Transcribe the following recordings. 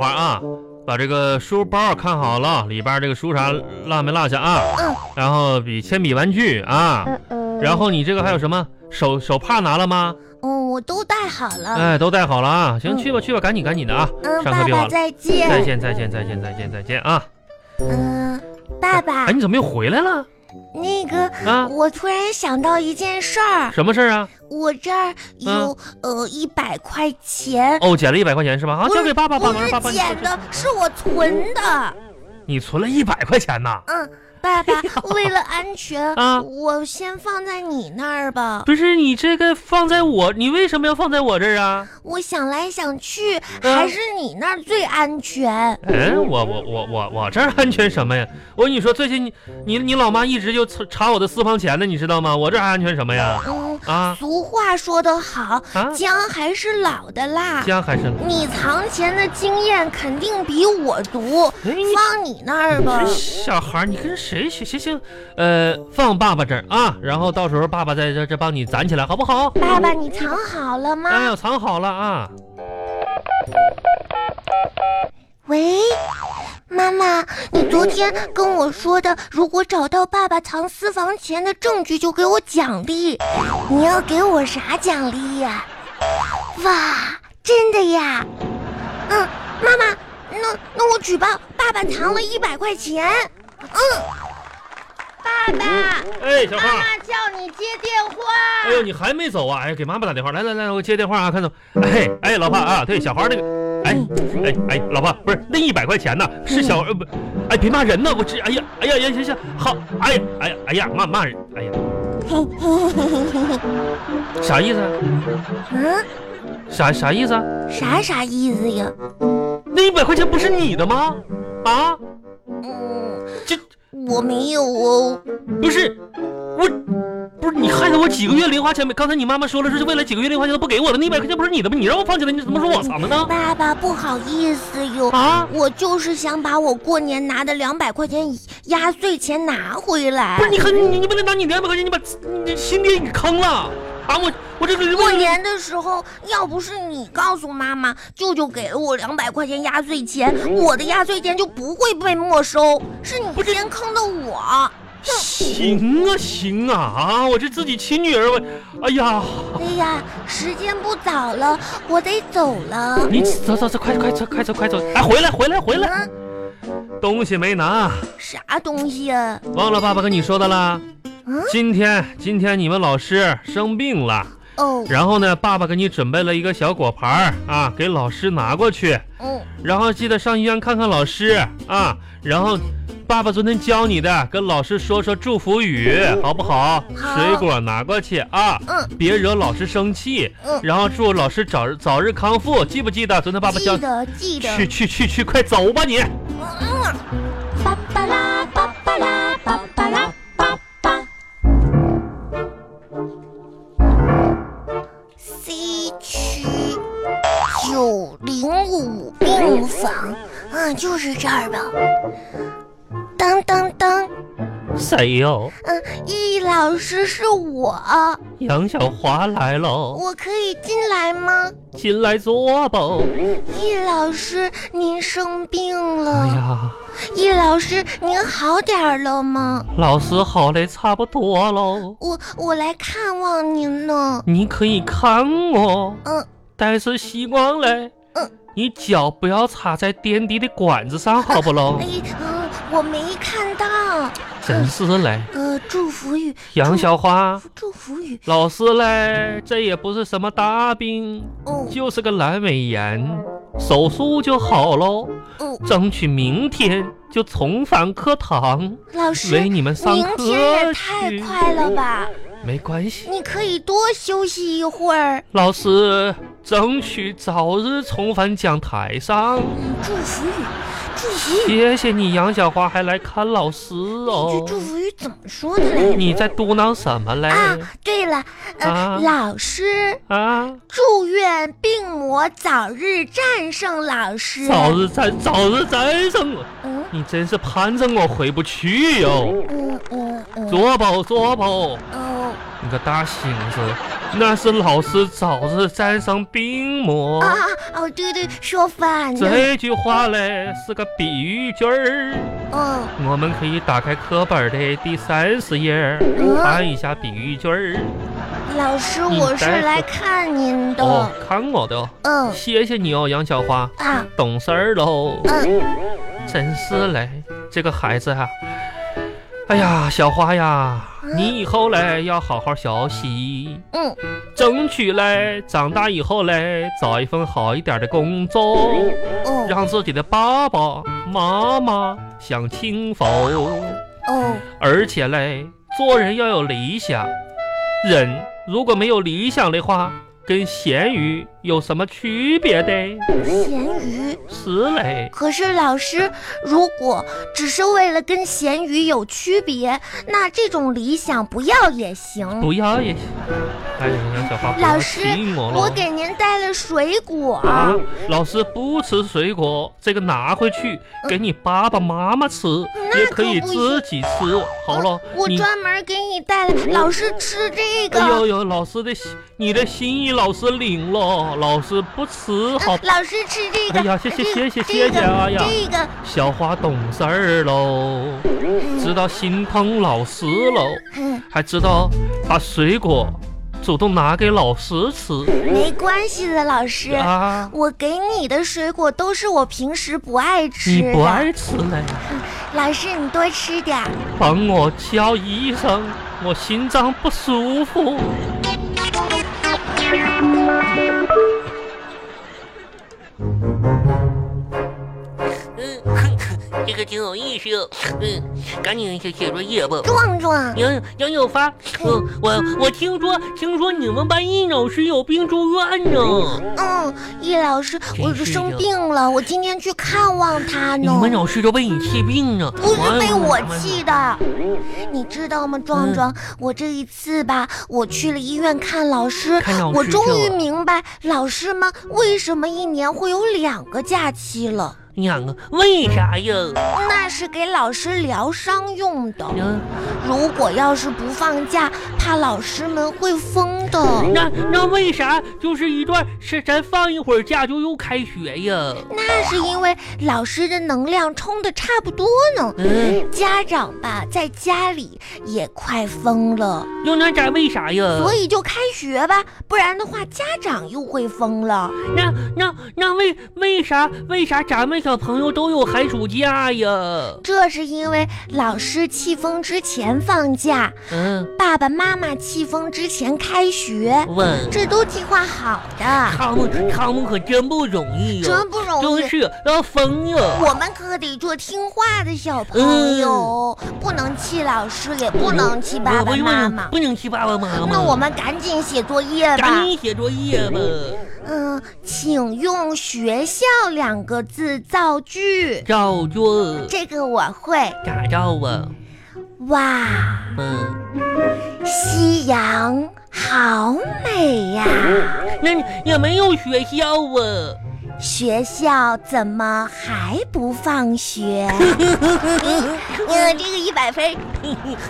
啊把这个书包看好了，里边这个书啥落没落下啊？嗯然后笔、铅笔、玩具啊，呃呃，然后你这个还有什么手手帕拿了吗？嗯，我都带好了。哎，都带好了啊。行，嗯去吧去吧，赶紧赶紧的啊，嗯，上课爸别爸晚了。再见。再见再见再见再见再见啊！嗯，爸爸哎，，你怎么又回来了那个，啊？我突然想到一件事儿，什么事儿啊？我这儿有呃一百块钱，嗯哦，捡了一百块钱是吧？啊，不是交给爸爸吧，不马上爸爸是你捡的，是我存的。你存了一百块钱呐？嗯，爸爸，为了安全哎啊，我先放在你那儿吧。不是你这个放在我，你为什么要放在我这儿啊？我想来想去，嗯还是你那儿最安全。嗯，我我我我我这儿安全什么呀？我跟你说，最近你你你老妈一直就查查我的私房钱呢，你知道吗？我这还安全什么呀？嗯，啊俗话说得好，啊，姜还是老的辣。家还是你藏钱的经验肯定比我足，哎你放你那儿吧这。小孩儿，你跟谁学？行行，呃，放爸爸这儿啊，然后到时候爸爸在这这帮你攒起来，好不好？爸爸，你藏好了哎吗？呀，藏好了啊！喂，妈妈，你昨天跟我说的，如果找到爸爸藏私房钱的证据，就给我奖励。你要给我啥奖励呀、哇，真的呀？嗯，妈妈，那那我举报爸爸藏了一百块钱。嗯，爸爸，哎，小花妈儿，妈叫你接电话。哎呦，你还没走啊？哎，给妈妈打电话，来来来，我接电话啊，看到，哎哎，老婆啊，对，小花那个，哎哎哎，老婆不是那一百块钱呢，是小呃不，哎别骂人呢，我这哎呀哎呀呀行行好，哎呀哎呀哎呀骂骂人，哎呀，啥意思啊？嗯，啥啥意思啊？啥啥意思呀？那一百块钱不是你的吗？啊，嗯，这我没有哦。不是我，不是你害得我几个月零花钱没？刚才你妈妈说了，是为了几个月零花钱都不给我了，那一百块钱不是你的吗？你让我放起来，你怎么说我藏的呢？爸爸，不好意思哟，啊？我就是想把我过年拿的两百块钱压岁钱拿回来不。是你看你你为了拿你两百块钱，你把你亲爹给坑了啊！我我这是过年的时候，要不是你告诉妈妈，舅舅给了我两百块钱压岁钱，我的压岁钱就不会被没收。是你先坑的我。行啊行啊啊！我这自己亲女儿，我哎呀，哎呀，时间不早了，我得走了。你走走走，快快走快走快走！哎，回来回来回来，嗯，东西没拿，啥东西啊呀、忘了爸爸跟你说的啦。嗯今天今天你们老师生病了，哦，然后呢，爸爸给你准备了一个小果盘儿啊，给老师拿过去。嗯，然后记得上医院看看老师啊。然后，爸爸昨天教你的，跟老师说说祝福语，好不好？嗯好水果拿过去啊，嗯，别惹老师生气。嗯然后祝老师早日早日康复，记不记得昨天爸爸教记？得记得。去去去去，快走吧你！巴巴拉巴巴拉巴巴拉巴巴。C 区九零五病房，嗯，就是这儿吧。当当当，谁哟？嗯，易老师是我，杨小华来喽，我可以进来吗？进来坐吧。哦易老师，您生病哎了。呀，易老师，您好点儿了吗？老师好嘞，差不多喽。我我来看望您呢。你可以看我。嗯，但是希望嘞，嗯你脚不要插在点滴的管子上，好不喽哎？，嗯，我没看到。真是嘞，呃，祝福语，杨小花祝福语。老师嘞，这也不是什么大病，哦就是个阑尾炎，手术就好喽，哦，争取明天就重返课堂，老为师，你们上明天课也太去。快了吧？没关系，你可以多休息一会儿。老师争取早日重返讲台上。嗯祝福语，祝福语，谢谢你，杨小花还来看老师那哦句。祝福语怎么说的来着？你在嘟囔什么嘞？哦啊，对了，啊呃，老师，啊！祝愿病魔早日战胜老师。早日战，早日战胜我！嗯你真是盼着我回不去哟、嗯嗯嗯，坐吧，坐吧，哦，你个大猩猩，那是老师早日沾上病魔。啊，哦，对对，说反了。这句话嘞是个比喻句儿，嗯，我们可以打开课本的第三十页，啊看一下比喻句儿。老师，你我是待会来看您哦的。，看我的哦，嗯谢谢你哦，杨小花，啊，懂事儿喽。嗯，真是嘞，这个孩子啊，哎呀，小花呀，你以后嘞要好好学习，嗯，争取嘞长大以后嘞找一份好一点的工作，哦让自己的爸爸妈妈享清福，哦，而且嘞做人要有理想，人如果没有理想的话，跟咸鱼有什么区别的？咸鱼。是嘞。可是老师，如果只是为了跟咸鱼有区别，那这种理想不要也行。不要也行。嗯哎呀，杨小花，不要老师气我了。我给您带了水果，啊，老师不吃水果，这个拿回去嗯给你爸爸妈妈吃，也可以自己吃。好了，我你专门给你带了。老师吃这个，哎呦呦，老师的心你的心意老师领了，老师不吃好。老师吃这个。哎呀谢谢这谢谢这谢谢哎个呀这个，小花懂事儿喽，知道心疼老师喽，嗯，还知道把水果主动拿给老师吃没关系的，老师。啊。我给你的水果都是我平时不爱吃你的，不爱吃嘞？老师你多吃点儿。帮我叫医生，我心脏不舒服。嗯，哼这个挺有意思哦。嗯，赶紧写写作业吧。壮壮，杨杨小发，我我我听说听说你们班易老师有病住院呢，嗯，易老师，我真是生的病了，我今天去看望他你呢。们老师都被你气病哎了。嗯不是被我气的。的，你知道吗，壮壮？我这一次吧，我去了医院看老师，看老师我终于去了明白老师们为什么一年会有两个假期了，两个为啥呀？那是给老师疗伤用的。嗯如果要是不放假，怕老师们会疯的。那那为啥就是一段是咱放一会儿假就又开学呀？那是因为老师的能量充的差不多呢。嗯，家长吧，在家里也快疯了。又那咱为啥呀？所以就开学吧，不然的话家长又会疯了。那那那为为啥为啥咱们小朋友都有寒暑假呀？这是因为老师气疯之前放假，嗯。爸爸妈妈气疯之前开学，问这都计划好的，他们，他们可真不容易呀、真不容易真。是要疯呀！我们可得做听话的小朋友，嗯不能气老师，也不能气爸爸不妈妈。不能气爸爸妈妈。那我们赶紧写作业吧赶。紧写作业吧。嗯，请用“学校”两个字造句，照做，这个我会。咋照啊？哇。嗯，夕阳好美呀、那你也没有学校啊。学校怎么还不 放学？嗯，这个一百分。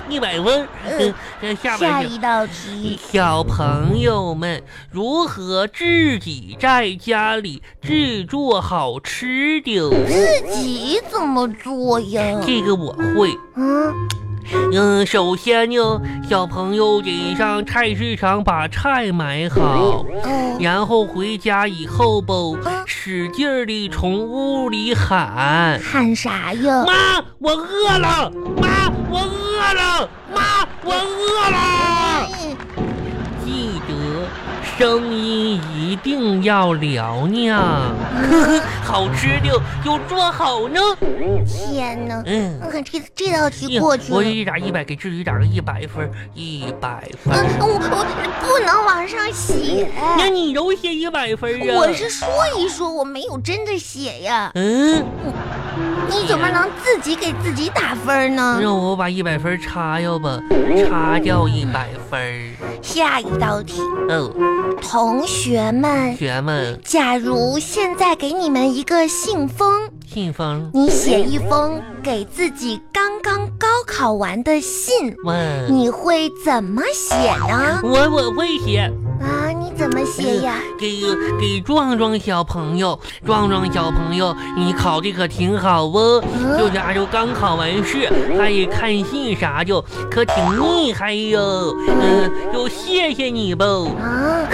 一百分。嗯嗯，这下下半一句。道题，小朋友们如何自己在家里制作好吃的？自己怎么做呀？这个我会。嗯，嗯，首先呢，小朋友得上菜市场把菜买好，哦，然后回家以后吧啊，使劲儿地从屋里喊喊啥：“呀？妈，我饿了！妈，我饿了！妈，我饿了！”嗯记得声音一定要嘹 亮，好吃的就做好呢。天哪！嗯。嗯，这这道题一过去哎我了。一打一百，给自己打个一百分儿，一百分嗯儿。，我我不能往上写，那你有写一百分儿啊？我是说一说，我没有真的写呀。嗯，你怎么能自己给自己打分呢？让我把一百分儿擦掉吧，擦掉一百分儿。下一道题，哦，同学们，学们，假如现在给你们一个信封，信封你写一封给自己刚刚高考完的信，问，你会怎么写呢？我我会写，啊怎么写呀？给给壮壮小朋友，壮壮小朋友，你考的可挺好哦。就嗯，家就刚考完试，还得看戏啥的，可挺厉害哟。嗯、就谢谢你吧。嗯啊，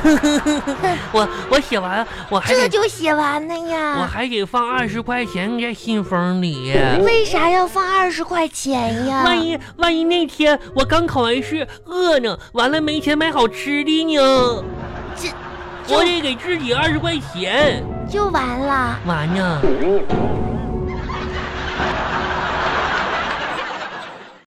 我我写完，我还这得就啊写完了我呀？还得放二十块钱在信封里。为啥要放二十块钱呀？万一万一那天我刚考完试，饿呢，完了没钱买好吃的呢，这我得给自己二十块钱。就完了。完呢，